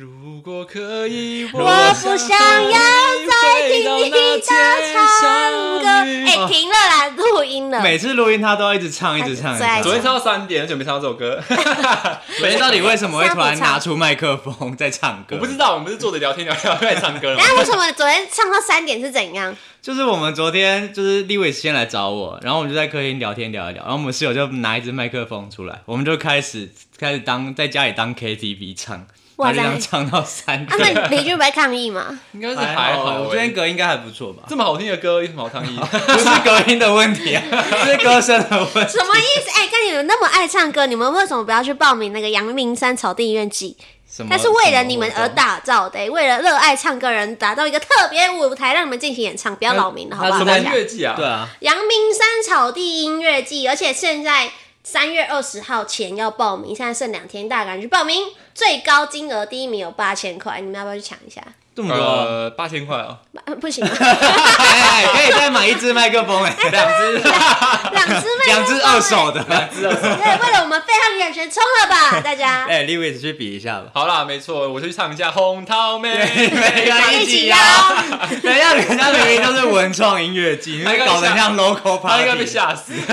如果可以，我我不想要再听你的唱歌。哎、停了啦，录音了。每次录音他都一直唱，一直唱，一直最爱唱昨天唱到三点，准备唱这首歌。昨天到底为什么会突然拿出麦克风在唱 歌？我不知道，我们不是坐着聊天聊聊开始唱歌了吗 然？后为什么昨天唱到三点是怎 样？啊就是我们昨天就是立伟先来找我，然后我们就在客厅聊天聊一聊，然后我们室友就拿一支麦克风出来，我们就开始开始当 在家里当 KTV 唱，哇然后就这样塞唱到三啊，点。那李俊不会抗议吗？应该是 还好欸。我觉得歌应该还不错吧，这么好听的歌有什么好抗议？啊不是隔音的问题啊， 是歌声的问题。什么意思？哎、看你们那么爱唱歌，你们为什么不要去报名那个阳明山草地音乐季？什么那是为了你们而。打造的、为了热爱唱歌的人打造一个特别舞台，让你们进行演唱，不要扰民了，好不好？ 什么那大音家乐季啊？对，啊，阳明山草地音乐季，而且现在三月二十号前要报名，现在剩两天，大赶去报名，最高金额第一名有八千块，你们要不要去抢一下？ 这么多，呃，八千块啊，呃不 行啊，哎，可以再买一支麦克 风哎，两两只只麦克风两只二手的，哎，对，为了我们背后的眼神冲了吧，大家。 哎，立伟去比一下 吧。哎好啦，没错，我去唱一下《红桃妹》。要一起起摇摇，等一下，人家明明就是文创音乐 季，你们搞得像 local 他应该 party 被。吓死。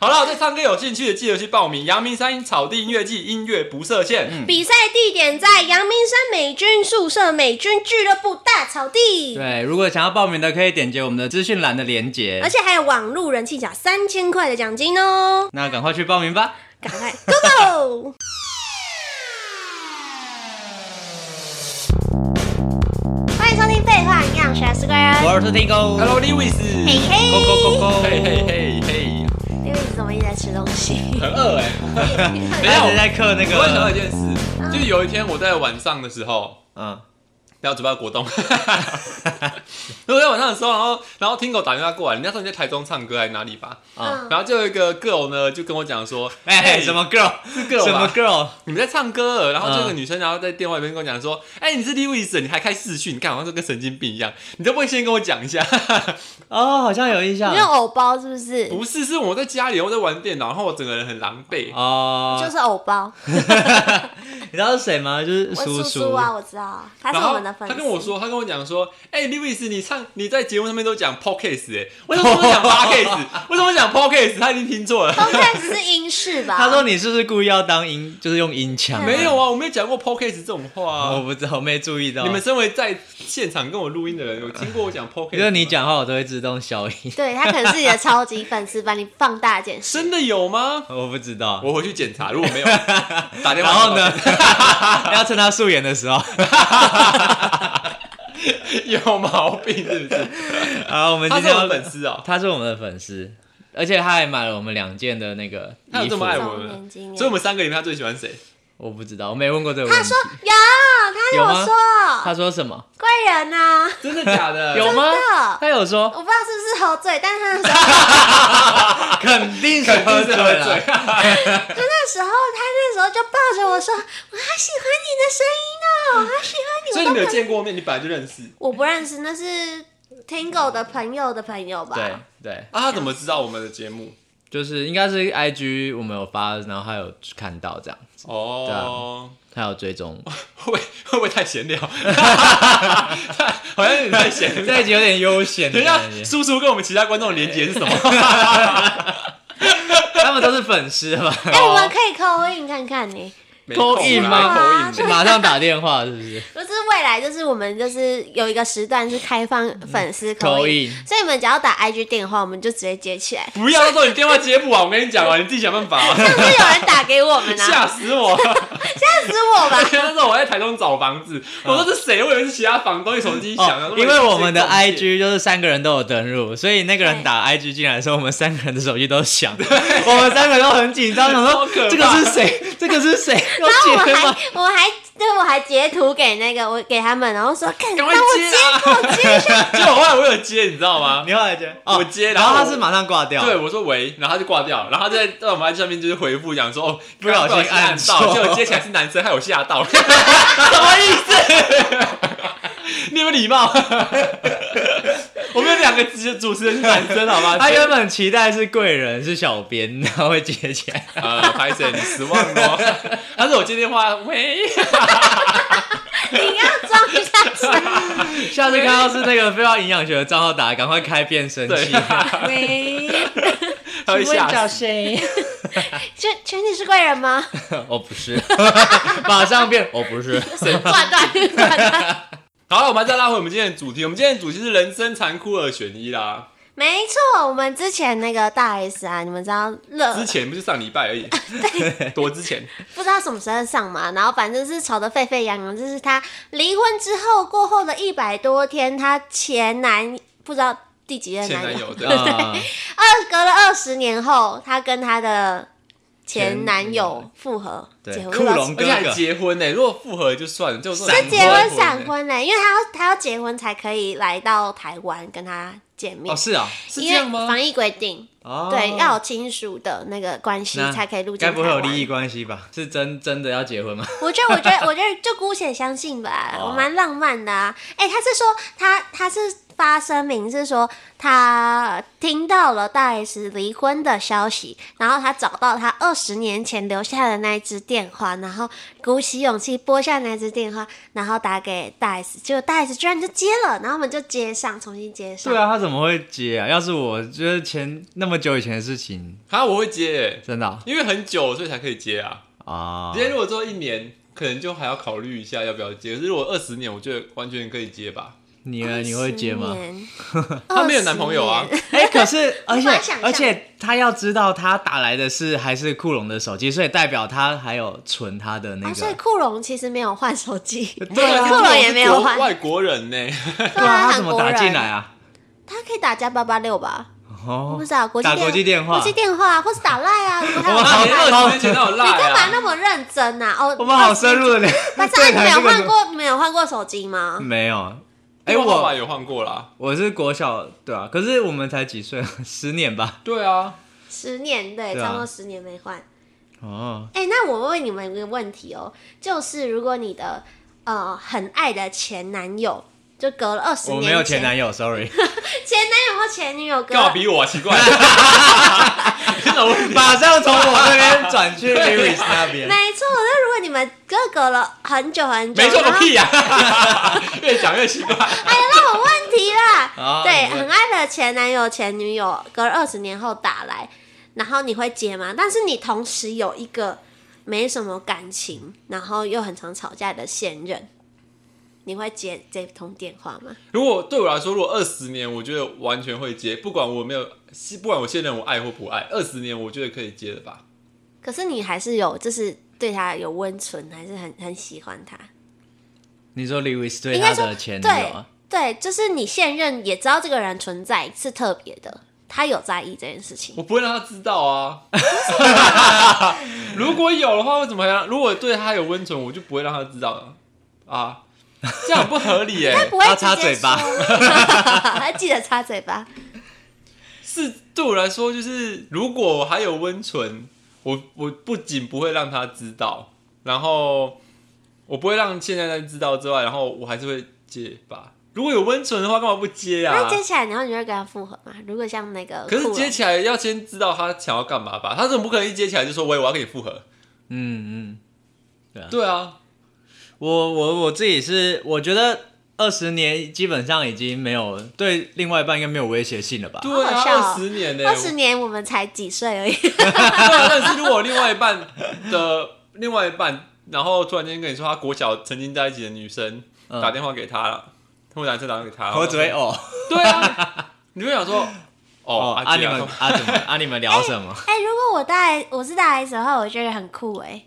好了，对唱歌有兴趣的记得去报名阳明山草地音乐季，音乐不设限。比赛地点在阳明山美军宿舍美军俱乐部大草地，对，如果想要报名的，可以点击我们的资讯栏的链接而。且还有网路人气奖三千块的奖金哦，那赶快去报名吧！赶快 go go！欢迎收听《废话营养学》，四个人，我是 Tigo， Hello, Lewis。嘿嘿，Go Go Go Go，嘿嘿嘿嘿，因为你怎么一直在吃东西？很饿 哎、 等一下我在刻那我突然想到个，一件事，就是有一天我在晚上的时候，嗯，然后准备要果冻， 我在晚上的时候，然后然后听狗打电话过来，人家说你在台中唱歌还是哪里吧，嗯哦，然后就有一个 girl 呢就跟我讲说，哎，什么 girl，是 girl 什么吧？ girl，你们在唱歌，然后这个嗯女生然后在电话里面跟我讲说，哎、你是 Lewis，你还开视讯，你看好像就跟神经病一样，你都不会先跟我讲一下？ 哦，好像有印象你用偶包是不是？不是，是我在家里我在玩电脑，然后我整个人很狼狈。就哦，是偶包，你知道是谁吗？就是我叔叔叔啊，我知道，他是然我后们的粉丝。他跟我说，他跟我讲说，哎、l e w i s 你唱你在节目上面都讲 podcast 哎、 为什么都讲 podcast？为什么讲 podcast？他已经听错了。 都看是英式吧？他说你是不是故意要当音，就是用音腔？没有啊，我没有讲过 podcast 这种话、我啊。不知道，我没注意到。你们身为在现场跟我录音的人，有听过我讲 podcast？就是你吗讲话，我都会自动消音。 对他可能是你的超级粉丝，把你放大检视。真的有吗？我不知道。我回去检查，如果 没有打电话。然后呢？？ 要趁他素颜的时候。有毛病是 不是？好，我们 他今是天我要的粉丝啊、他是我们的粉丝，而且他还买了我们两件的那个他有衣这服么。爱我少们年经啊，验所以我们三个里面他最喜欢谁？我不知道，我没问过这个问他题说。有，他有有吗说他说什么？贵人呐、真的假 的？有吗的？他有说我不知道是不是喝醉，但是他那时候肯定是肯定喝是醉喝了醉。。他那时候他那时候就抱着我说，我好喜欢你的声音哦，我好喜 嗯所欢以你。你我没都有见过面，你本来就认识我不认识，那是 Tingo 的朋友的朋友吧？对对，啊？他怎么知道我们的节目？就是应该是 I G 我们有发，然后他有看到这样，哦，他有追踪。会不会会不会太 闲聊？ 好像有点太闲这聊。一集有点悠 闲等一的下感，觉，叔叔跟我们其他观众的连接是什么？ 他们都是粉丝嘛，哎、我们可以扣印看看呢、没空啦 勾引没吗空啊印对的马上打电话是不是？就是未来，就是我们就是有一个时段是开放粉丝口嗯口音，音所以你们只要打 IG 电话，我们就直接接 起来。不要到时候你电话接不完，我跟你讲啊，你自己想办 法啊。上次有人打给我们 啊，吓死我！吓死我吧那！时候我在台中找房子，我说是谁？我以为是其他房东，你手机响了。哦因为我们的直接 IG 就是三个人都有登录，所以那个人打 IG 进来的时候，我们三个人的手机都响，我们三个都很紧张，想 好说可怕这个是谁？这个 是谁？要然后我接吗？还我还对我还截图给那个我给他们，然后说看赶帮快我接接啊帮我接一下。结果后来我有接，你知道吗？你后来接，哦我接然然后后他是马上挂掉，对，，我说喂，然后他就挂掉，然后他就在在我们 IG 上面就是回复讲说，哦，不小心刚刚不小心按按错到，结果接起来是男生，害我吓 到，什 么意思？你有没有礼貌？我没有这两个主主持人是男生，好吗？他原本期待是贵人是小编，然后会接 起来。呃，拍摄你失望 哦。但是我接电话，喂，你要装一下水。下次看到是那个非要营养学的账号打来，赶快开变声器。 喂， 他会吓死。谁？全全体是贵人吗？我哦不是， 马上变，我不 是。挂断，挂断。好了，我们再拉回我们今天的主题。我们今天的主题是人生残酷二选一啦。 没错，我们之前那个大 S 啊，你们知道乐之前不是上礼拜而已，多之前。不知道什么时候上嘛，然后反正是吵得沸沸扬扬，就是她离婚之后过后的一百多天，她前男不知道第几任前男男友，友 的，啊，二隔了二十年后，她跟她的前前男友复合，对结婚库龙而且还结婚欸呢、如果复合就算了，就说闪结婚婚闪婚呢、因为她要她要结婚才可以来到台湾跟她见面，哦是啊，是这因样为吗？防疫规定，哦对，要有亲属的那个关系那才可以入境该台不会有湾。利益关系吧？是真真的要结婚吗？ 我觉得，我觉得，我觉得就姑且相信吧，哦我蛮浪漫的啊。哎、他是说他他是发声明是说他听到了大 S 离婚的消息，然后他找到他二十年前留下的那一支电话，然后鼓起勇气拨下那支电话，然后打给大 S，结果大 S 居然就接了，然后我们就接上，重新接上。对啊，他怎么会接啊？要是我觉得前那么久以前的事情，啊，我会接、欸，真的啊因为很久所以才可以接啊。啊今天如果做一年，可能就还要考虑一下要不要接。可是如果二十年，我觉得完全可以接吧。你呢？你会接吗？他她没有男朋友啊， 哎、可是而且无法想象而且他要知道他打来的是还是库龙的手机，所以代表他还有存他的那啊，所 个。以库龙其实没有换手机， 对 啊库龙也没有我是换国，外国人欸呢、对对啊，他韩怎么国打人进来啊？ 他可以打加八八六吧？我哦不，知道国际打国际电话国际电话或是打赖 啊，如果他有我们好啊，赖你热二十年前哪有你辣干嘛呀、那么认真呐、啊？哦，我们好深 入的聊。但是 啊对你没谈有这个换过，你没有换过手机吗？没有？哎、因为我爸爸我有换过啦。我是国小对啊，可是我们才几岁， 十年吧？对啊，十年对，对啊差不多十年没换。哦，哎、那我问你们一个问题哦，就是如果你的呃很爱的前男友，就隔了二十我年，没有前男友，sorry。前男友或前女友隔干嘛了，比我啊？奇 怪， 真的 问题。马上从我这边转去 Lewis 那边。没错。那如果你们隔隔了很久很久，没错然个后屁呀、越讲越奇怪。哎呀，那我问题啦 啊。对，你很问爱的前男友、前女友，隔二十年后打来，然后你会接吗？但是你同时有一个没什么感情，然后又很常吵架的现任，你会接这通电话吗？如果对我来说，如果二十年，我觉得完全会接，不管我没有，不管我现任我爱或不爱，二十年我觉得可以接的吧。可是你还是有，就是对他有温存，还是很很喜欢他。你说 Lewis 对应该他说的前女友对啊？对，就是你现任也知道这个人存在是特别的，他有在意这件事情。我不会让他知道啊。 如果有的话，会怎么样？如果对他有温存，我就不会让他知道了啊。这样很不合 理耶、他不会他直插接嘴巴 说，还记得插嘴巴。是对我来说，就是如果我还有温存，我我不仅不会让他知道，然后我不会让现在人知道之外，然后我还是会接吧。如果有温存的话，干嘛不接啊那？接起来，然后你会跟他复合吗？如果像那个可库是龙，接起来要先知道他想要干嘛吧？他总不可能一接起来就说“喂，我要跟你复合嗯嗯，”。对啊，我我我自己是，我觉得二十年基本上已经没有对另外一半应该没有威胁性了吧？对好啊，好笑哦二十年呢、二十年我们才几岁而已， 对，啊但是如果另外一半的另外一半，然后突然间跟你说他国小曾经在一起的女生、嗯打电话给他了，或者男生打电话给他，我只会哦对啊，你就想说哦哦，啊阿你姐们啊，啊 怎么啊你们聊什么？哎、如果我大 S- 我是大 S 的话，我觉得很酷哎、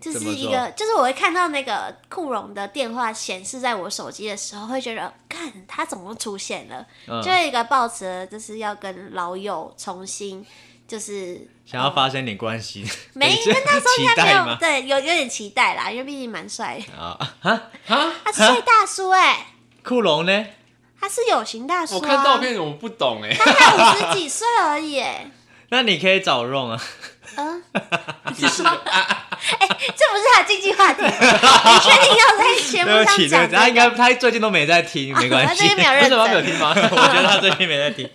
就是一怎么个，就是我会看到那个库龙的电话显示在我手机的时候，会觉得，看他怎么出现了，嗯就，有一个抱持就是要跟老友重新就是想要发生点关系， 没，你因是为那时候应期该没待有吗？对有有点期待啦，因为毕竟蛮帅的，啊啊，他是帅大叔哎、库龙呢？他是有型大叔、啊，我看照片我不懂哎，他才五十 几岁而已耶。那你可以找 Ron 啊，嗯，你是啊啊哎这不是他经济话题，你确定要在节目对不起，对上 不起，他讲应这个？该他最近都没在听，没关他系最。近没有认为什么他没有真。听吗？ 我觉得他最近没在 听。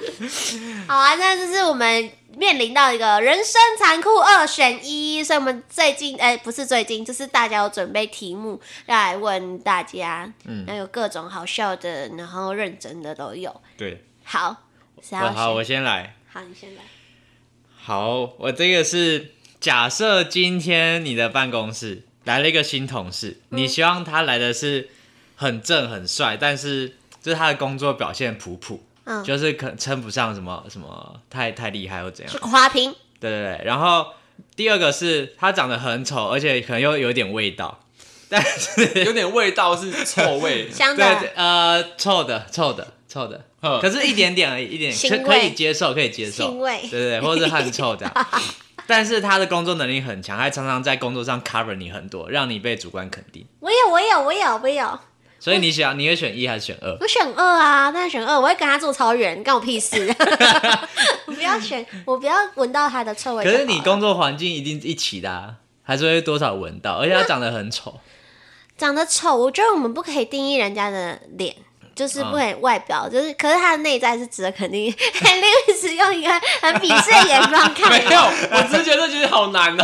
好啊，那就是我们面临到一个人生残酷二选一，所以我们最近哎、不是最近，就是大家有准备题目来问大家，嗯，那有各种好笑的，然后认真的都有。对，好，谁要我先？好，我先来。好，你先来。好，我这个是假设今天你的办公室来了一个新同事，你希望他来的是很正很帅，但是就是他的工作表现普普，嗯，就是可称不上什么什么太太厉害或怎样是。花瓶，，对对对，然后第二个是他长得很丑，而且可能又有点味道，但是有点味道是臭味香对的，啊呃臭的臭的臭的，呵可是一点点而已，一点腥可味可以接受，可以接受腥，味对对，对或者是汗臭 这样。但是他的工作能力很强，他常常在工作上 cover 你很多，让你被主观肯定。我有，我有，我有，我有。所以你想，你会选一还是选二？我选二啊，当然选二，我会跟他做超人，干我屁事。 我不要选，我不要闻到他的臭味就可好了。是你工作环境一定一起的、啊，还是会多少闻到，而且他长得很丑。长得丑，我觉得我们不可以定义人家的脸，就是不啊可以外表，就是可是他的内在是值得肯定。Henry 是用一个很鄙视的眼光 看没我，有，我只是觉得觉得好难哦。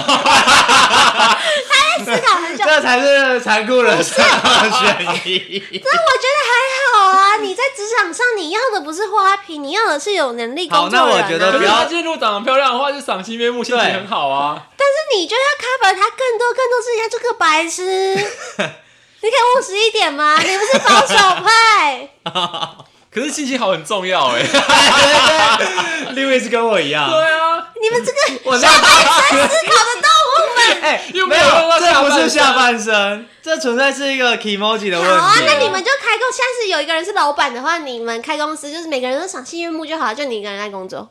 思考很久。这才是残酷人生二选 一。但我觉得还好啊，你在职场上你要的不是花瓶，你要的是有能力工作好的人、啊。那我觉得可不是要她今天如果长得漂亮的话，就赏心悦目，心情对很好啊。但是你就要 cover 他更多更多事情，他这个白痴，你可 以务实一点吗？你不是保守派，可是心情好很重要哎。 Louis 跟我一样， 对 啊，你们这个 我下半思考的动物 们。 哎，又没没有用到这下不是半身下半身，这存在是一个 emoji 的好问题。哦啊，那你们就开公，下次有一个人是老板的话，你们开公司就是每个人都赏心悦目就好，就你一个人在工作。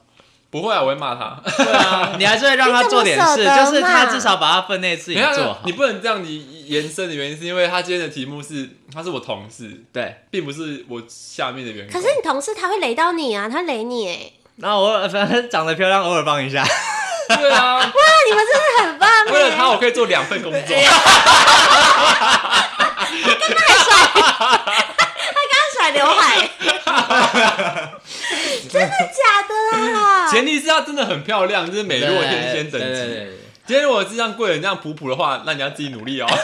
不会啊，我会骂他。对啊，你还是会让他做点事，你怎么舍得就是嘛他至少把他分内事你情看做好啊你。不能这样，你延伸的原因是因为他今天的题目是他是我同事，对，并不是我下面的员可工是。你同事他会雷到你啊，他会雷你 哎，那我反正长得漂亮，偶尔帮一下。对 啊，哇，你们真的很棒为了他哎，我可以做两份工啊作。他甩刘 海，真的假的 啦？前提是她真的很漂亮，就是 美若天仙等对对级。对今天如果是像贵人这样普普的话，那你要自己努力哦。我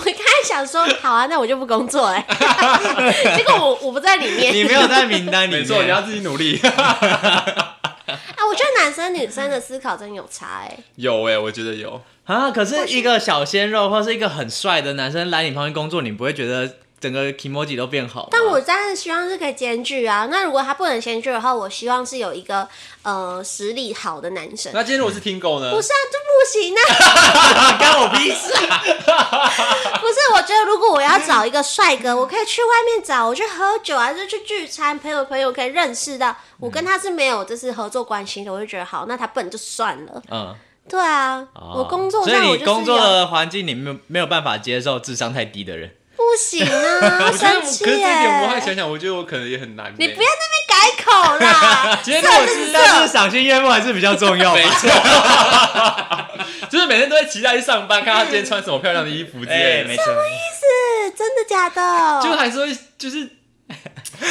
刚才想说，好啊，那我就不工作哎、 结果我我不在里面对 你没有在名单里没面。错，你要自己努力。 啊。我觉得男生女生的思考真有差哎、有哎、我觉得有。 啊！可是一个小鲜肉或是一个很帅的男生来你旁边工作，你不会觉得整个 emoji 都变好吗？但我当然希望是可以兼具啊。那如果他不能兼具的话，我希望是有一个呃实力好的男生。那今天如果是听狗呢不？是啊，就不行啊！ 干我屁事啊！不是，我觉得如果我要找一个帅哥，我可以去外面找，我去喝酒啊，就去聚餐，朋友朋友可以认识到，我跟他是没有就是合作关系的，我就觉得好，那他笨就算了。嗯，对啊，哦我工作所以上我你就是工作有的环境里没有没有办法接受智商太低的人。不行啊， 我觉得生我，可是气这一耶！点我还想想，我觉得我可能也很难、！你不要那边改口啦 今天如果是啊是但是赏心悦目还是比较重要吧没。错，就是每天都在期待去上班，看他今天穿什么漂亮的衣服之类哎，的，没错。是真的假的？就还是会就是。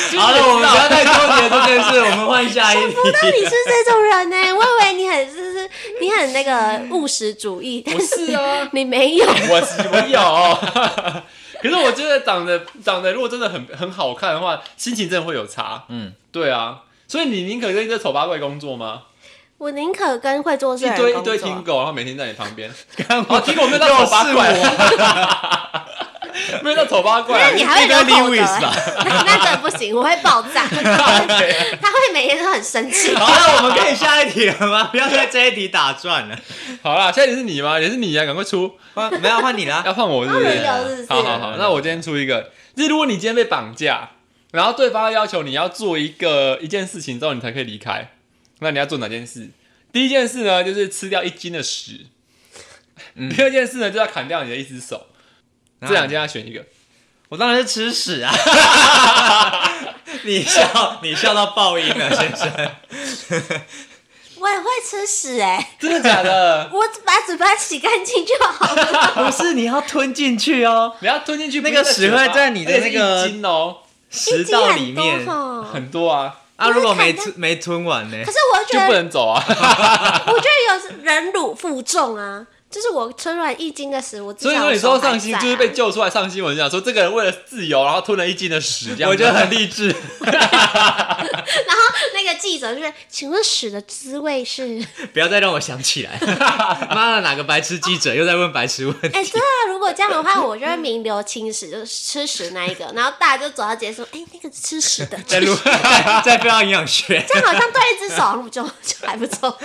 就是好了，我们不要 再你知道纠结这件事，我们换下一想 题。不到你是这种人呢、我以为你很就是你很那个务实主义，但不是啊，你没 有。我我有， 可是我觉得长得长得如果真的很很好看的话，心情真的会有差。嗯，对啊，所以你宁可跟一个丑八怪工作吗？我宁可跟会做事一的堆人一工作。啊堆听狗，然后每天在你旁 边，我哦，听狗没有到丑八怪， 没有到丑八怪啊， 那你 还会一堆留口德、 Lewis 吧欸？那那真的不行，我会爆炸。 他会每天都很生气。 好了，我们可以下一题了吗？不 要在这一题打转了。 好啦，现在也是你吗？也是你啊，赶快出，换没有换你啊啦。要换我是不轮是？啊流是不是？好好好，那我今天出一个，就是如果你今天被绑架，然后对方要求你要做一个一件事情之后，你才可以离开，那你要做哪件事？第一件事呢，就是吃掉一斤的屎；嗯 第二件事呢，就要砍掉你的一只手。 这两件要选一个，我当然是吃屎啊！ 你笑，你笑到爆音了，先生。我我也会吃屎哎、真的假的？ 我把嘴巴洗干净就好了。不是你要吞进去哦，你要吞进去，那个不是屎嘴巴会在你的而且是那个一斤哦，食道里一面斤很多哦很多啊，啊，不是如果没看吞没吞完呢可？是我就觉不得，能走啊。我觉得有忍辱负重啊，就是我吞完一斤的屎，我至所少以说，我你手说还在啊上新就是 被救出来上新闻，讲说这个人为了自由，然后吞了一斤的屎，这样我觉得很励志。然后 那个记者就是，请问屎的滋味是？ 不要再让我想 起来，妈的，哪个白痴记者又在问白痴问题？哎、真的啊、如果这样的话，我就会名留青史，就是吃屎那一个。然后大家就走到街说，哎、那个吃屎的，在录 在在非常营养学，这样好像对一只手好像就就还不错。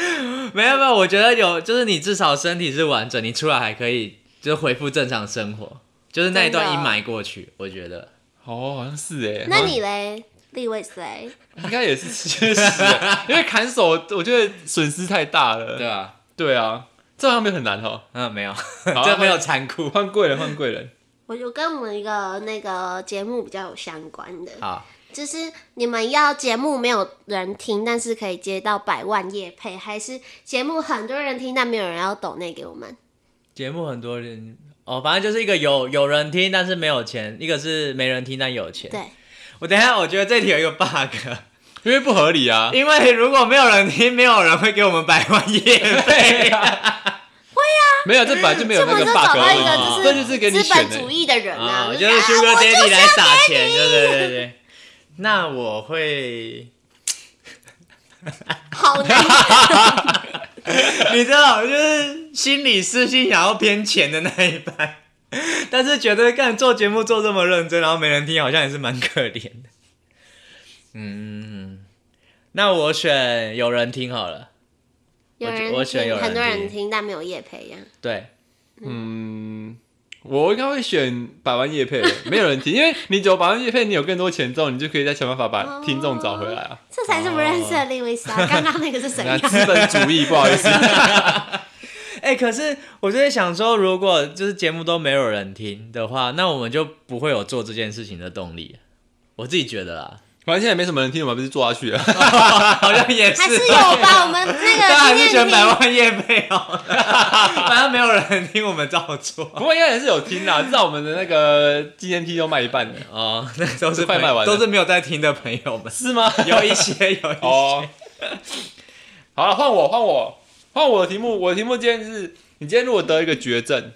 没有没有，我觉得有，就是你至少身体是完整，你出来还可以就是恢复正常生活，就是那一段真阴的霾过去，我觉得哦，好像是哎、那你嘞，立位是嘞？应该也是 吃屎，因为砍手我觉得损失太大了。对啊，对啊，这好像没有很难哦。嗯，没有，好 这没有残酷。换贵人，换贵人。我就跟我们一个那个节目比较有相关的， 好，就是你们要节目没有人听，但是可以接到百万夜配，还是节目很多人听但没有人要抖内给我们？节目很多人哦，反正就是一个有有人听但是没有钱，一个是没人听但有钱。对，我等一下，我觉得这题有一个 bug，因为不合理啊，因为如果没有人听，没有人会给我们百万业 费啊。没有，这本来就没有这那不个就 bug，找到一而已这个就就是是给你资选本的、主义的人啊，啊，就就是是啊 Sugar 我就 Daddy 是来要撒钱，对对对对。那我会，好难。 你知道，就是心理私心想要偏钱的那一派， 但是觉得干做节目做这么认真，然后没人听，好像也是蛮可怜的。嗯，那我选有人听好了。有我觉人我选有人很多人听听，但没有叶培呀。对，嗯，我应该会选百万夜 配，没有人听，因为你只有百万夜配，你有更多钱之后，你就可以再想办法哦把听众找回来啊。这才是不认识的利维斯啊！刚刚那个是怎那样？资本主义，不好意 思，哎、可是我就在想说，如果就是节目都没有人听的话，那我们就不会有做这件事情的动力。我自己觉得啦，反正现在也没什么人听，我们不是做下去了。好像也是，还是有 吧？我们 但那还个是今选天百的万夜配哦， 反正没有人听，我们照做。不过应该也是有听啦，至少我们的那个纪念 T 都卖一半了，哦，那都是快卖完了都是没有在听的朋友们，是吗？ 有一些，有一些。哦，好了，换我，换我，换我的题目。我的题目今天是，你今天如果得一个绝症，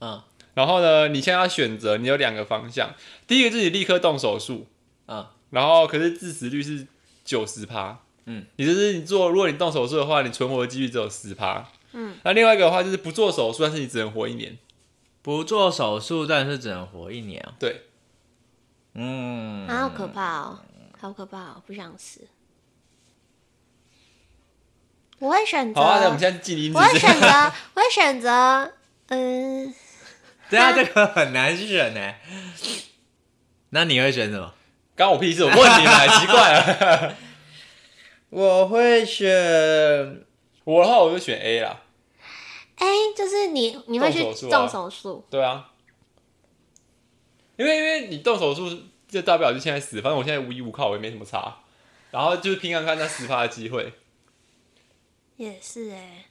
嗯然后呢，你现在要选择，你有两个方向，第一个就是你立刻动手术，嗯，然后可是致死率是九十趴，嗯，也就是你做，如果你动手术的话，你存活的几率只有十趴，嗯，那另外一个的话就是不做手术，但是你只能活一年，不做手术，但是只能活一年哦。对，嗯，啊，好可怕哦，好可怕哦，不想死。我会选择，好啊，那我们我现在静音是不会是？选择， 我会选择，嗯，对啊，这个很难选呢。那你会选什么？刚我屁事，我问你啦，奇怪了。我会选，我的话我就选 A 啦，哎，就是你，你会去动手术啊动手术，对啊，因为因为你动手术，就大不了就现在死，反正我现在无依无靠，我也没什么差，然后就是拼看看那十趴的机会。也是哎，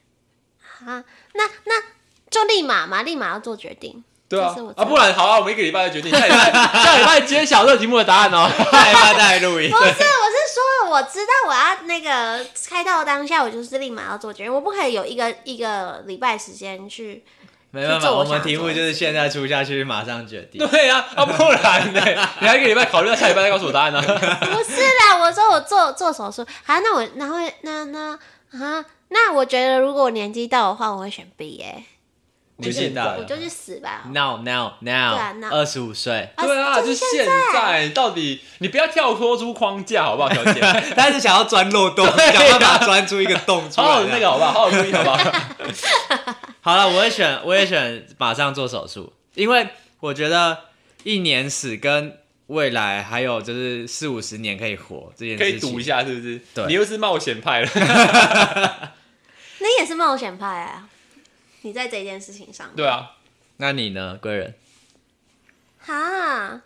啊，那那就立马嘛，立马要做决定。对啊这是我，啊不然好啊，我们一个礼拜就决定，下礼拜下礼拜揭晓这个题目的答案哦。害怕带录 音不。是，我是说，我知道我要那个开到当下，我就是立马要做决定，我不可以有一个一个礼拜时间去。没办去法，做我我想们题目做的就是现在出下去，马上决定。对啊，啊不然呢？你还一个礼拜考虑到下礼拜再告诉我答案呢、啊。不是啦，我说我做做手术，好、那我然后那那啊，那我觉得如果我年纪到的话，我会选 B 哎、 年纪大我了就去死吧。 ，now now 啊 now now，二十五岁， 对啊，就就是现在，到底你不要跳脱出框架好不好，小 姐？他是想要钻漏洞，对啊想办法钻出一个洞出好好来。那个好不好？好好注意好不好？ 好了，我也选，我也选马上做手术，因为我觉得一年死跟未来还有就是四五十年可以活这件可事以情，赌一下是不是？对你又是冒险派了。你也是冒险派啊，你在这件事情上。对啊，那你呢，贵人？哈，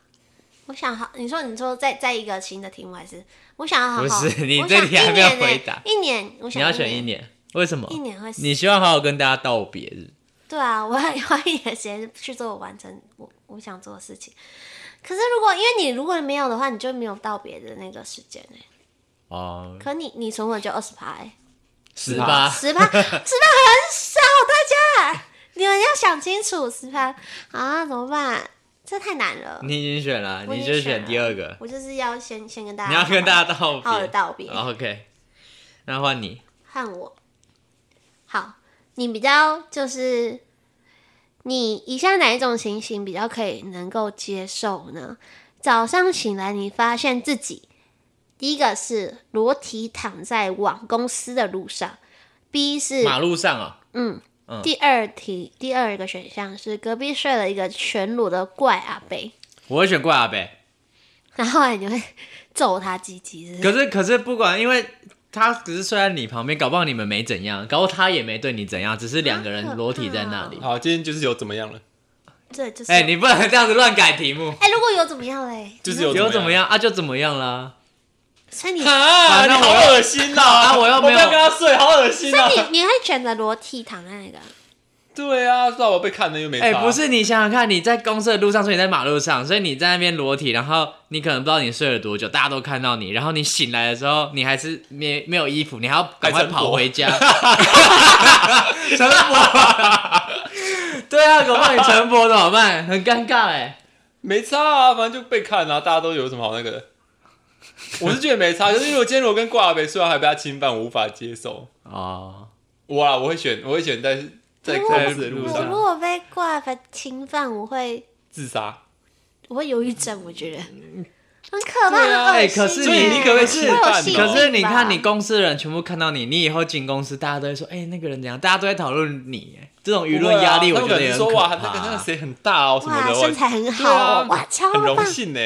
我想好，你说你说再再一个新的题目还是？我想要好好，不是你我这想题还一没有年欸回答一年，我你想要选一一，年，为什么？一年会死。你希望好好跟大家道别是不是对啊，我要 花一点时间去做我完成我我想做的事情。可是如果因为你如果没有的话，你就没有道别的那个时间哎、嗯哦，可你你存款就二十趴哎，十八，十趴十趴很少，大家你们要想清楚十趴啊怎么办？这太难了。你已经选了，我已你经就选选了第二个，我就是要先先跟大家，你要跟大家道好好的别。道别，哦 OK，那换你，和我。好，你比较就是你以下哪一种情形比较可以能够接受呢？早上醒来，你发现自己第一个是裸体躺在往公司的路上，B 是马路上啊，嗯嗯，第二题第二个选项是隔壁睡了一个全裸的怪阿贝，我会选怪阿北。 然后后来你会揍他鸡鸡，是不是可是可是不管，因为他只是睡在你旁边，搞不好你们没怎样，搞不好他也没对你怎样，只是两个啊人裸体在那里。好，今天就是有怎么样了？这就是哎、你不能这样子乱改题目，哎、如果有怎么样嘞？就是你有说有怎么样啊就怎么样啦。所以 你啊，你那我好恶心呐！啊我又没有不要跟他睡，好恶心所啊！以你你会选择裸体躺在那个？对啊，让我被看了又没差。哎、不是你想想看，你在公司的路上，所以你在马路上，所以你在那边裸体，然后你可能不知道你睡了多久，大家都看到你，然后你醒来的时候，你还是没没有衣服，你还要赶快跑回 家。陈博，对啊，搞不好你陈博怎么办？很尴尬哎、没差啊，反正就被看啊，大家都有什么好那个的。我是觉得没 差，就是如果今天我跟挂北虽然还被他侵犯，我无法接受。哦，我啊，我会选，我会选在在如果在的路我如上果被挂牌侵犯，我会自杀。我会忧郁症，我觉得很可怕，对啊很恶哎心可是所以你欸你可不可以是侵会有犯性哦？可是你看，吧你公司的人全部看到你，你以后进公司，大家都会说，哎、那个人怎样？大家都在讨论你、哎这种舆论压力，我不会啊他们可觉得也能很说可哇怕，那个那个谁很大哦什么哇的，身我材很好对哦，啊哇超很荣棒，幸呢。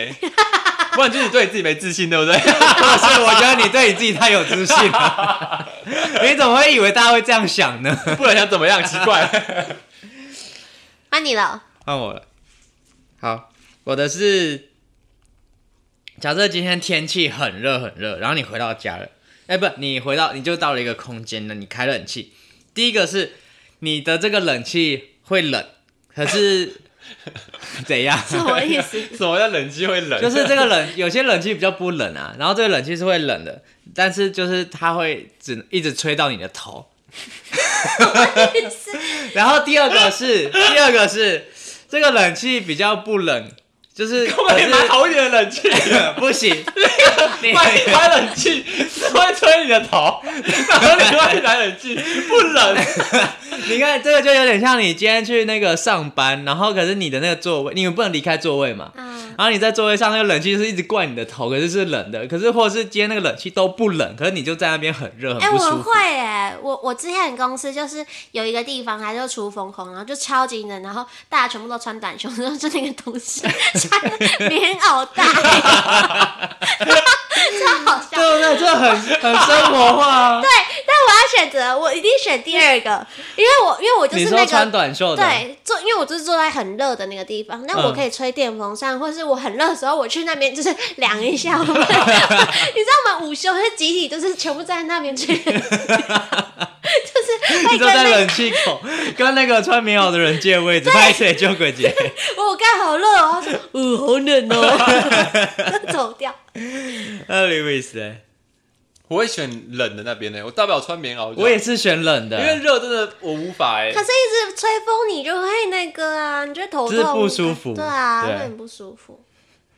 不然就是你对你自己没自信，对不对？不是，我觉得你对你自己太有自信了。 你怎么会以为大家会这样想呢？不然想怎么样？奇怪。 换啊你了，换我了。好，我的是，假设今天天气很热很热，然后你回到家了，哎、不，你回到你就到了一个空间了，你开冷气。第一个是你的这个冷气会冷，可是怎样？什么意 思？什么叫冷气会冷？就是这个冷，有些冷气比较不冷啊，然后这个冷气是会冷的，但是就是它会只能一直吹到你的头。然后第二个是，第二个是这个冷气比较不冷，就是 我可买买是好一点的冷气，不行， 你买一台冷气只会吹你的头，然后另外一台冷 气不冷。你看这个就有点像你今天去那个上班，然后可是你的那个座位，你们不能离开座位嘛，啊，然后你在座位上，那个冷气就是一直灌你的头，可是是冷的，可是或者是今天那个冷气都不冷，可是你就在那边很热，哎，很不舒我服。会哎，我我之前公司就是有一个地方，它就出风孔，然后就超级冷，然后大家全部都穿短袖，然后就那个同事 穿棉袄大衣， 超好笑。对不啊对？这很很生活化啊。对，但我要选择，我一定选第二个，因为我因为我就你是说那穿个。短袖的，啊对，坐，因为我就是坐在很热的那个地方，但我嗯可以吹电风扇，或是我很热的时候，我去那边就是凉一下。 我们你知道吗？午休是集体，就是全部站在那边 去，就是你会 就跟那在冷气口跟那个穿棉袄的人借 位置，拍谁救鬼姐。我刚好热哦，他说嗯好冷 哦，走掉。那 Lewis 呢？我会选冷的那边呢，我大不了穿棉袄。我也是选冷因为的，热真的我无法哎可。是，一直吹风，你就会那个啊，你就会头就是痛，不舒服对啊，对会很不舒服。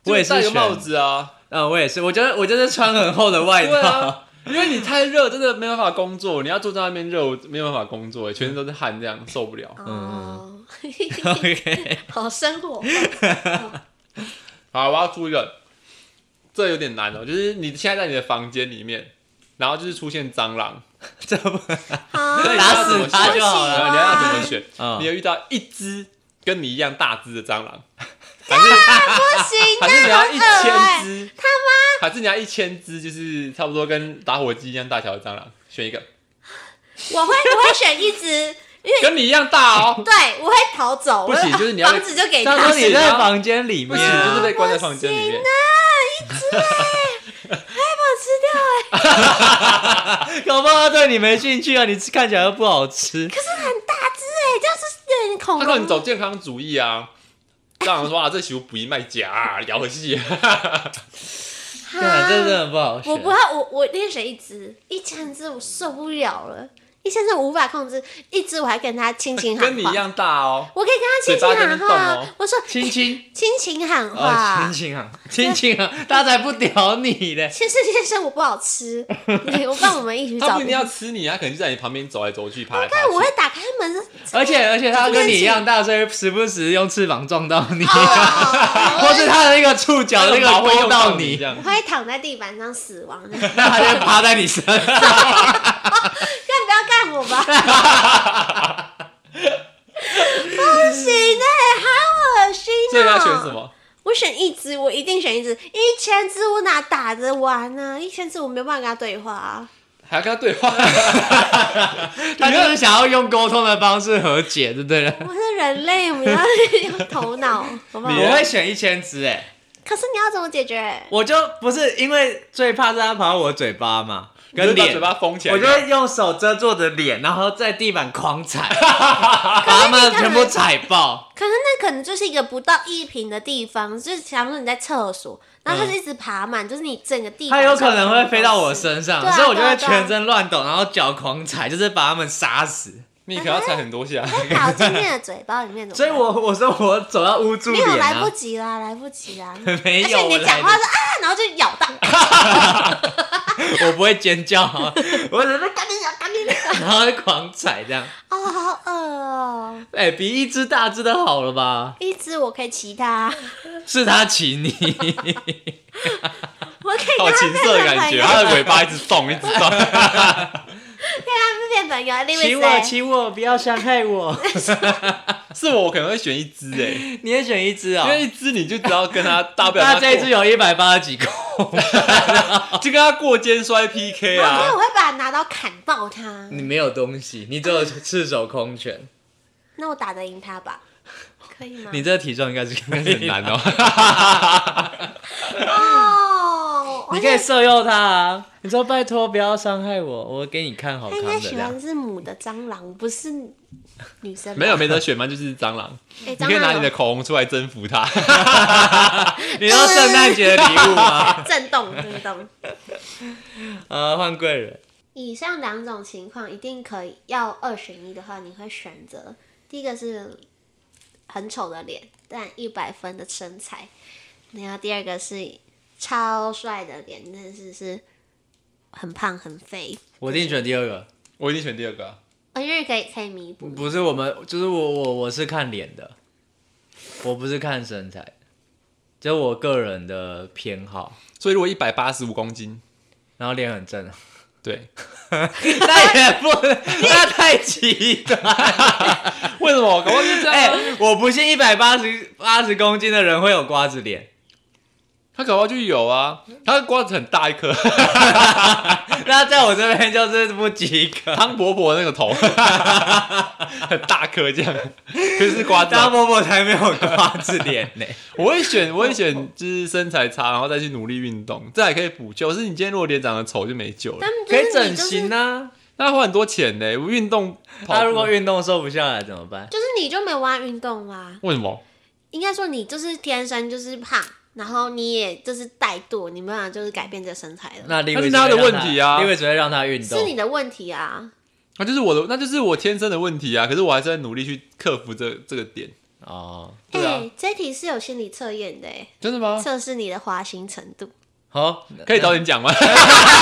我也就戴是个选帽子啊。嗯，我也是，我觉得我就是穿很厚的外对套。啊，因为你太热，真的没办法工作。你要坐在那边热，我没有办法工作，哎，全身都是汗，这样受不了。嗯哦， OK， 好生活化。好，我要出一个，这有点难哦，就是你现在在你的房间里面，然后就是出现蟑螂，这不， 啊对打死他就好了然后你要怎么选？嗯你有遇到一只跟你一样大只的蟑螂，不行，啊还是你要一千那只？他妈！还是你要一千只，就是差不多跟打火机一样大小的蟑螂，选一个。我会我会选一只跟你一样大 哦。对，我会逃走，不行我就是你要房子就给这样他啊说不。行啊你在房间里不面行，啊，就是被关在房间里面。欸 吃掉哎、搞不好他对你没兴趣啊，你吃看起来又不好吃。可是很大只哎、这样是有点恐他可能龙。走健康主义啊，让人说啊，这媳妇不宜卖假、啊，聊戏、啊。对啊，这真的很不好选。我不要，我我练选一只，一千只我受不了了，一千只我无法控制，一只我还跟他亲情喊话，跟你一样大哦。我可以跟他亲嘴巴情在喊那话，边动哦我说亲亲亲情喊哦，话亲，亲啊，亲亲啊，他才不屌你嘞！先生先生我不好 吃，对我帮我们一起去他找不一定要吃你，他可能就在你旁边走来走去，爬来爬但我去。会打开门 的， 而且而且他跟你一样大，所以时不时用翅膀撞到你， 或是他的那个触角那个毛会勾用到你这你，样我，哦会躺在地板上死 亡的，那他就趴在你身 上。干不要干我吧！ 不行哎、好恶心哦、所以要选什？么？我选一只，我一定选一只。一千只我哪打得完呢、一千只我没有办法跟他对 话啊。还要跟他对话？他就是想要用沟通的方式和解，对不对了？我是人类，我们要 用头脑，好不好你？我会选一千只哎、可是你要怎么解决？我就不是因为最怕是它跑到我嘴巴嘛，你跟就把脸嘴巴封起来。我就会用手遮住我的脸，然后在地板狂踩，把它们全部踩爆。可是那可能就是一个不到一平的地方，就是假如说你在厕所，然后它就一直爬满，就是你整个地板上它有都是。可能会飞到我身上，对啊所以我就对会啊对啊全身乱抖，然后脚狂踩，就是把它们杀死。你可能要踩很多下。打进你的嘴巴里面怎么办，所以我我说我走到捂住没脸有来不啊，及啦，来不及啦。 没而有，且我你讲来话说啊，然后就咬到， 我不会尖叫啊， 我只是赶紧咬，赶紧咬，然后就狂踩这样。哦，好饿哦。哎、比一只大只的好了吧？一只我可以骑它，是它骑 你，哦我可以好跟它情变色的成感朋觉， 友，它的尾巴一直动，一直动。它变朋友。 另骑外我谁？骑我，不要伤害我。 是我，我可能会选一只 哎，你也选一只啊、因为一只你就只要跟 他大不了那他这一只有一百八十几公，过就跟他过肩摔 PK 然后因 为啊我。会把它拿刀砍爆它， 你没有东西，你只有赤手空拳，那我打得赢它吧？可以吗？你这个体重应该是应该是 很难哦。哦，你可以色诱它啊，你说拜托不要伤害我，我给你看好他看应该的喜这欢样。是母的蟑螂，不是女生 吧。没有没得选吗？就是蟑 螂，哎，你蟑可以拿螂你的口红出来征服它。你说圣诞节的礼 物吗？ 有震动震动。呃，换贵人，以上两种情况一定可以，要二选一的话，你会选择第一个是很丑的脸，但一百分的身材；然后第二个是超帅的脸，但是是很胖很肥。我一定选第二个。我一定选第二个啊。我觉得可以可以弥补，不是我们，就是我我我是看脸的，我不是看身材，这是我个人的偏好。所以如果一百八十五公斤，然后脸 很正，对，那也不， 那太极端。为什么？搞不好就这哎、样啊。我不信一百八十八十公斤的人会有瓜 子脸， 他搞不好就有啊，他瓜子很大一颗， 那在我这边就是不及 格。汤伯伯那个头很大颗这样，可是瓜子啊。 张伯伯才没有瓜子脸呢、我会选，我会选，就是身材差，然后再去努力运动，这还可以补救。是你今天如果脸长得丑就没救了他，嗯们就可以是整你就是形啊。那花很多钱呢。运动跑步， 他如果运动瘦不下来怎么办？就是你就没有办法运动啦。为什么？应该说你就是天生就是胖，然后你也就是怠惰，你没办法就是改变这个身材的，那立那伟是他的问题啊立伟只会让他运是你动。的问题啊。那就是我的，那就是我天生的问题啊。可是我还是在努力去克服这这个点。哦，哎、对啊，啊这题是有心理测验的、欸，真的吗？测试你的花心程度。好，可以早点讲 吗？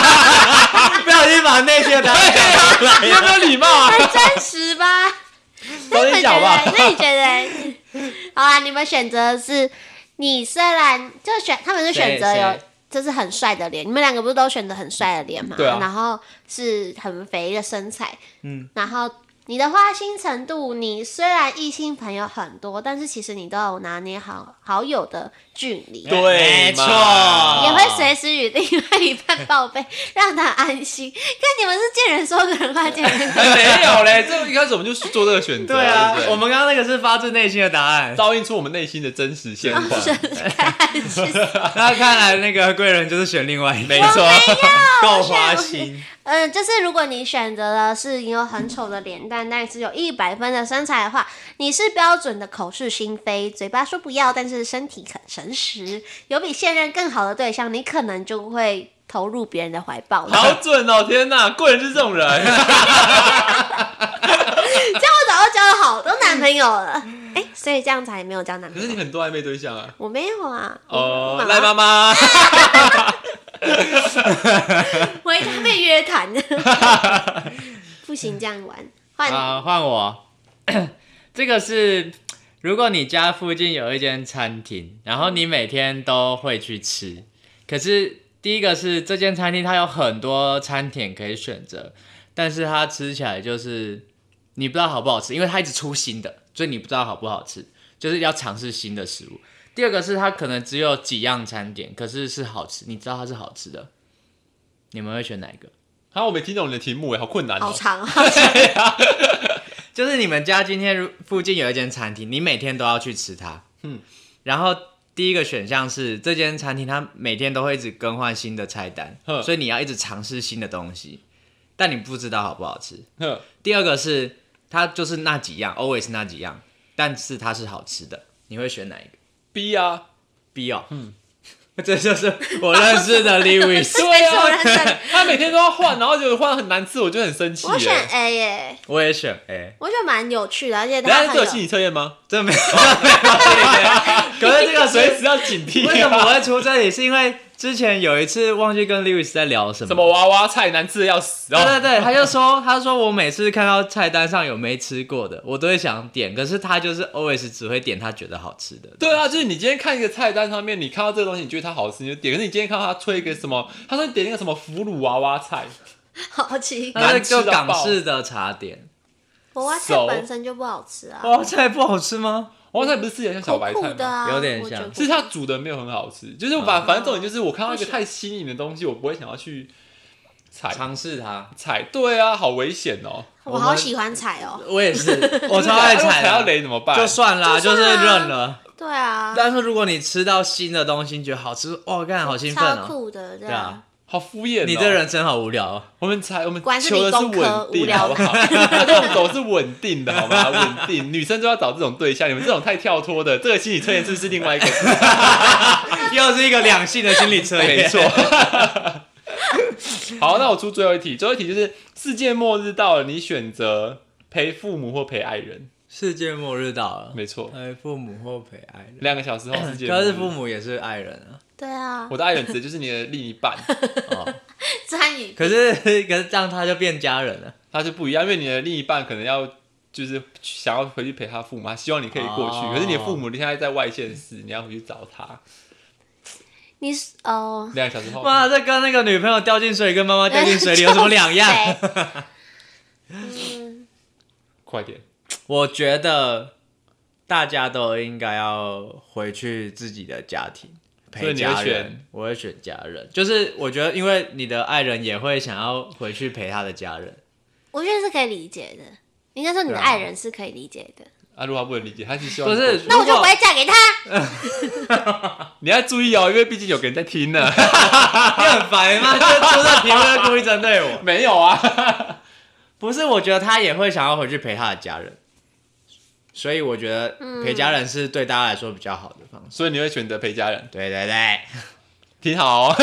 不小心把内 心的答案讲出来你有没有礼貌啊？很真实吧？早点讲吧。那你觉得？那你 觉得？好啊，你们选择是，你虽然就选，他们是选择谁有谁就是很帅的脸，你们两个不是都选择很帅的脸嘛？对啊然后是很肥的身材，嗯，然后你的花心程度，你虽然异性朋友很多，但是其实你都有拿捏好好友的距离，啊对没嘛错，也会随时与另外一半报备，让他安心。看你们是见人说人话，见人说。没有嘞，这一开始我们就做这个选择，对啊对不，对我们刚刚那个是发自内心的答 案。照映出我们内心的真实现 况。那看来那个贵人就是选另外一个，没错啊够花心。嗯，就是如果你选择了是你有很丑的脸蛋，但是有一百分的身材的话，你是标准的口是心非，嘴巴说不要，但是身体很诚实。有比现任更好的对象，你可能就会投入别人的怀抱了。好准哦！天哪，贵人就是这种人。这样我早就交了好多男朋友了，嗯哎、所以这样才没有交男可朋是你友。很多暧昧对象啊。我没有啊，我哦，妈赖妈妈，回家被约谈， 不行这样玩，换你、啊，换我。 这个是，如果你家附近有一间餐厅，然后你每天都会去吃，可是第一个是这间餐厅它有很多餐点可以选择，但是它吃起来就是你不知道好不好吃，因为它一直出新的，所以你不知道好不好吃，就是要尝试新的食物。第二个是它可能只有几样餐点，可是是好吃，你知道它是好吃的，你们会选哪一个？啊，我没听懂你的题目哎，好困难好哦。长啊好长。就是你们家今天如附近有一间餐厅，你每天都要去吃它。嗯嗯，然后第一个选项是这间餐厅，它每天都会一直更换新的菜单，哼所以你要一直尝试新的东西，但你不知道好不好吃。哼第二个是它就是那几样，always 那几样，但是它是好吃的，你会选哪一个 B 啊， ？B 哦，嗯， 这就是我认识的 Lewis，对没错 认啊真，他每天都要换，然后就换得很难吃，我就很生气我选耶。 A 耶、我也选 A，我觉得蛮有趣的，而且人他家很这有有心理测验吗？这没有， 可是这个谁随时要警惕。为什么我会出这里？是因为之前有一次忘记跟 Lewis 在聊什么。什么娃娃菜难吃的要死对对哦？对，他就说，他说我每次看到菜单上有没吃过的，我都会想点，可是他就是 always 只会点他觉得好吃的。对啊，就是你今天看一个菜单上面，你看到这个东西，你觉得它好吃，你就点；可是你今天看到他推一个什么，他说点那个什么腐乳娃娃菜，好奇 怪。那难吃到爆就港式的茶点，娃娃菜熟本身就不好吃啊，哇，菜不好吃吗？娃娃菜不是吃起来像小苦白苦菜的吗？啊，有点我觉得像是它煮的没有很好吃，就是我啊反反正重点就是我看到一个太新颖的东西，我不会想要去踩尝试它，踩。对啊，好危险哦！我好喜欢踩 哦。我也是，我超爱如果踩菜到的，雷怎么办？就算啦，就就是算啊认了。对啊，但是如果你吃到新的东西，你觉得好吃，哇，干好兴奋超哦！酷的，对对啊啊，，好敷衍、哦。你这，人真好无聊哦。我们才我们果然是求的理工科稳无定，聊好不好？这种走是稳定的，好 吗？稳定，女生就要找这种对象。你们这种太跳脱的，这个心理测验是不是另 外一个？ 又是一个两性的心理测验，没错。好，那我出最后一题。最后一题就是世界末日到了，你选择陪父母或陪爱人？世界末日到了，没嗯错，陪父母或陪爱人，两个小时 后世界末可日。是父母也是爱人啊。对啊，我的爱人指的就是你的另一半，哦，参与可是 可是这样他就变家人了，他就不一样，因为你的另一半可能要就是想要回去陪他父母，他希望你可以过去，哦可是你的父母现在在外县市，你要回去找他。你是哦，两个小时 后，哇，这跟那个女朋友掉进水跟妈妈掉进水里有什么 两样？就是谁？嗯，快点，我觉得大家都应该要回去自己的家庭。所陪以你会家人选，我会选家人，就是我觉得，因为你的爱人也会想要回去陪他的家人，我觉得是可以理解的。应该说你的对啊爱人是可以理解的，阿啊如他不能理解，他是希望你不过是去？那我就如不果会嫁给他。你要注意哦，因为毕竟有个人在听 呢。 你很烦吗？就出这题目就故意针对我。没有啊，不是，我觉得他也会想要回去陪他的家人，所以我觉得陪家人是对大家来说比较好的方式。所以你会选择陪家人，对对对，挺好、哦。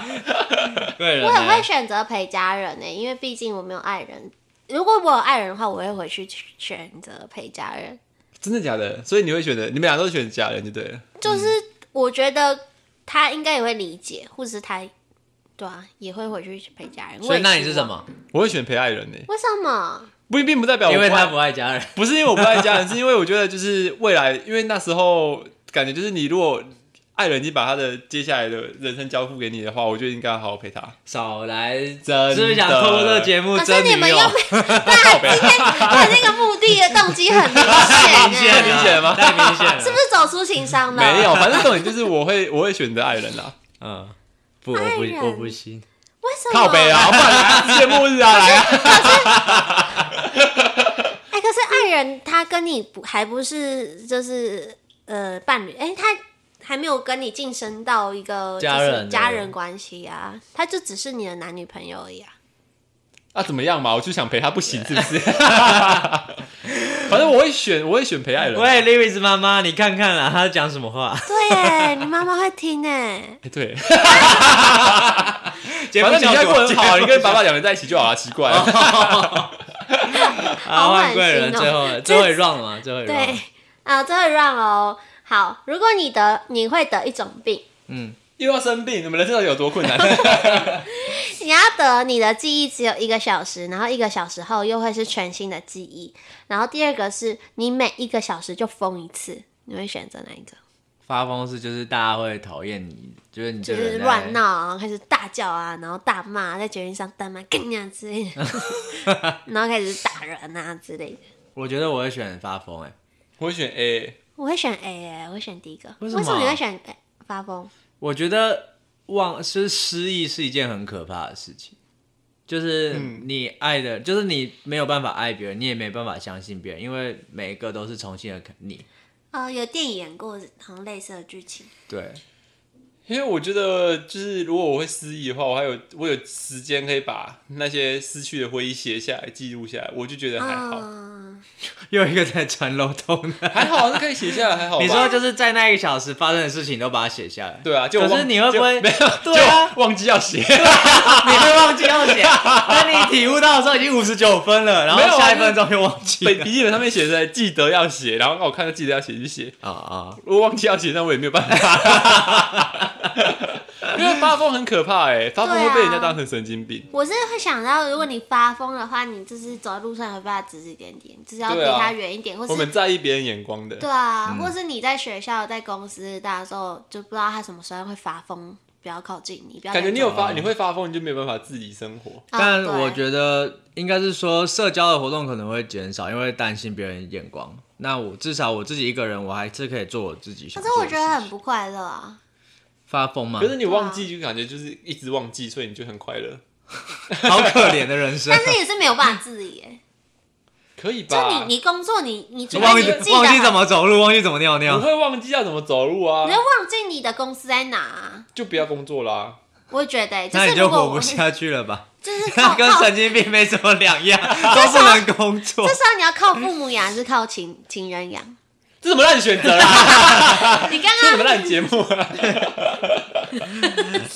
对人啊我很呢会？选择陪家人呢、因为毕竟我没有爱人。如果我有爱人的话，我会回去选择陪家人。真的假的？所以你会选择，你们俩都选家人就对了。就是嗯我觉得他应该也会理解，或者是他对啊也会啊回去陪家人。所以那我你也是希什望？么？我会选陪爱人呢、为什么？不并不代表我因为不爱他不爱家人，不 是因为我不爱家人，是因为我觉得就是未来，因为那时候感觉就是你如果爱人已经把他的接下来的人生交付给你的话，我就应该好好陪他。少来，真的是不是想透过这个节目可真是你女们又 友？没，那今天对那个目的的动机很明太明显显啊明了，显吗 太明显了，是不是走出情商了？没有，反正重点就是我会我会选择爱人啦，嗯，不，我爱人不，我不信。为什么？靠北啊，不然来啊世界末日 啊，来啊！哎、可是爱人他跟你不还不是就是呃伴侣，哎、他还没有跟你晋升到一个家就是人家的人关系啊，他就只是你的男女朋友而已啊。那怎么样嘛？我就想陪他，不行是不是？ 反正我会选，我会选陪爱人。喂，Livis 妈妈，你看看啊，他讲什 么话？对耶，你妈妈会听哎。哎对，节目反正你效应该果过得很好，你跟爸。节目爸两人在一起就好了，奇怪了。哦效果 啊，换贵人，好恶最心后最后一 round 嘛，最后一 round 对。，啊，这会让哦。好，如果你得你会得一种病，嗯， 又要生病，你们人生到底有多困 难？你要得你的记忆只有一个小时，然后一个小时后又会是全新的记忆。然后第二个是你每一个小时就疯一次，你会选择哪一个？发疯是就是大家会讨厌你，就是你这就个人是在乱闹啊，开始大叫啊，然后大骂，在捷运上大骂“干呀”之类的，然后开始打人啊之类的。我觉得我会选发疯哎、我会选 A，我会选 A，、欸、我会选第一个。为为什么你会选 A, 发疯？我觉得忘是失忆是一件很可怕的事情，就是嗯你爱的，就是你没有办法爱别人，你也没办法相信别人，因为每一个都是重新的你。呃，有电影演过好像类似的剧情。对，因为我觉得就是如果我会失忆的话，我还有我有时间可以把那些失去的回忆写下来、记录下来，我就觉得还好，嗯，又一个在钻漏洞的。还好是可以写下来，还好吧。你说就是在那一个小时发生的事情都把它写下来，对啊，就可我是忘你会不会就没有？对 啊，就忘记要 写，你会忘记要写。当你体悟到的时候已经五十九分了，然后没有啊下一分钟又忘记笔了。笔记本上面写着记得要写，然后哦让我看到记得要写就写，啊啊！我忘记要写，那我也没有办 法。因为发疯很可怕哎、发疯会被人家当成神经病。我是会想到，如果你发疯的话，你就是走在路上有办法指指点点，就是要离对啊他远一点，或我们是。在意别人眼光的，对啊，嗯或是你在学校、在公司大家的时候，就不知道他什么时候会发疯，不要靠近你，不要感觉再你走有发，你会发疯，你就没有办法自理生活。啊但对我觉得应该是说社交的活动可能会减少，因为担心别人眼光。那我至少我自己一个人，我还是可以做我自己可想是做的我事觉情。得很不快乐啊！发疯吗可？是你忘记就感觉就是一直忘记，所以你就很快乐， 好可怜的人生但。是也是没有办法自理 耶。可以就吧？你你工作你你除啊忘非记你记得 忘记很怎，么走路，忘记怎么尿不尿。会忘记要怎么走路啊你会，忘记你的公司在哪啊、就不要工作啦。我也觉得欸耶，就那是你就如果活我不下去了吧？ 就是靠那 跟靠，神经病没什么两 样，都不能工作这。时候你要靠父母养还是靠情情人 养？这什么烂选择啦？ 你刚这什么刚烂节目 啊？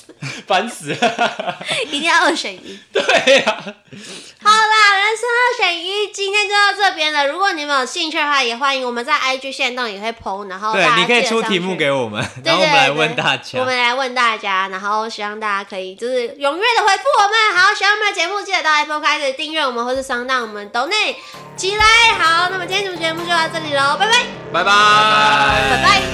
烦死了！一定要二选一。对啊呀、好啦，人生二选一，今天就到这边了。如果你们有兴趣的话，也欢迎我们在 IG 线动也会 PO，然后大对，家你可以记得出上题去目给我们，对然后我们对来对问大家。我们来问大家，然后希望大家可以就是踊跃的回复我们。好，喜欢我们的节目，记得到 Apple 开始订阅我们，或是上到我们抖内起来。好，那么今天节目就到这里喽，拜拜，拜拜拜拜。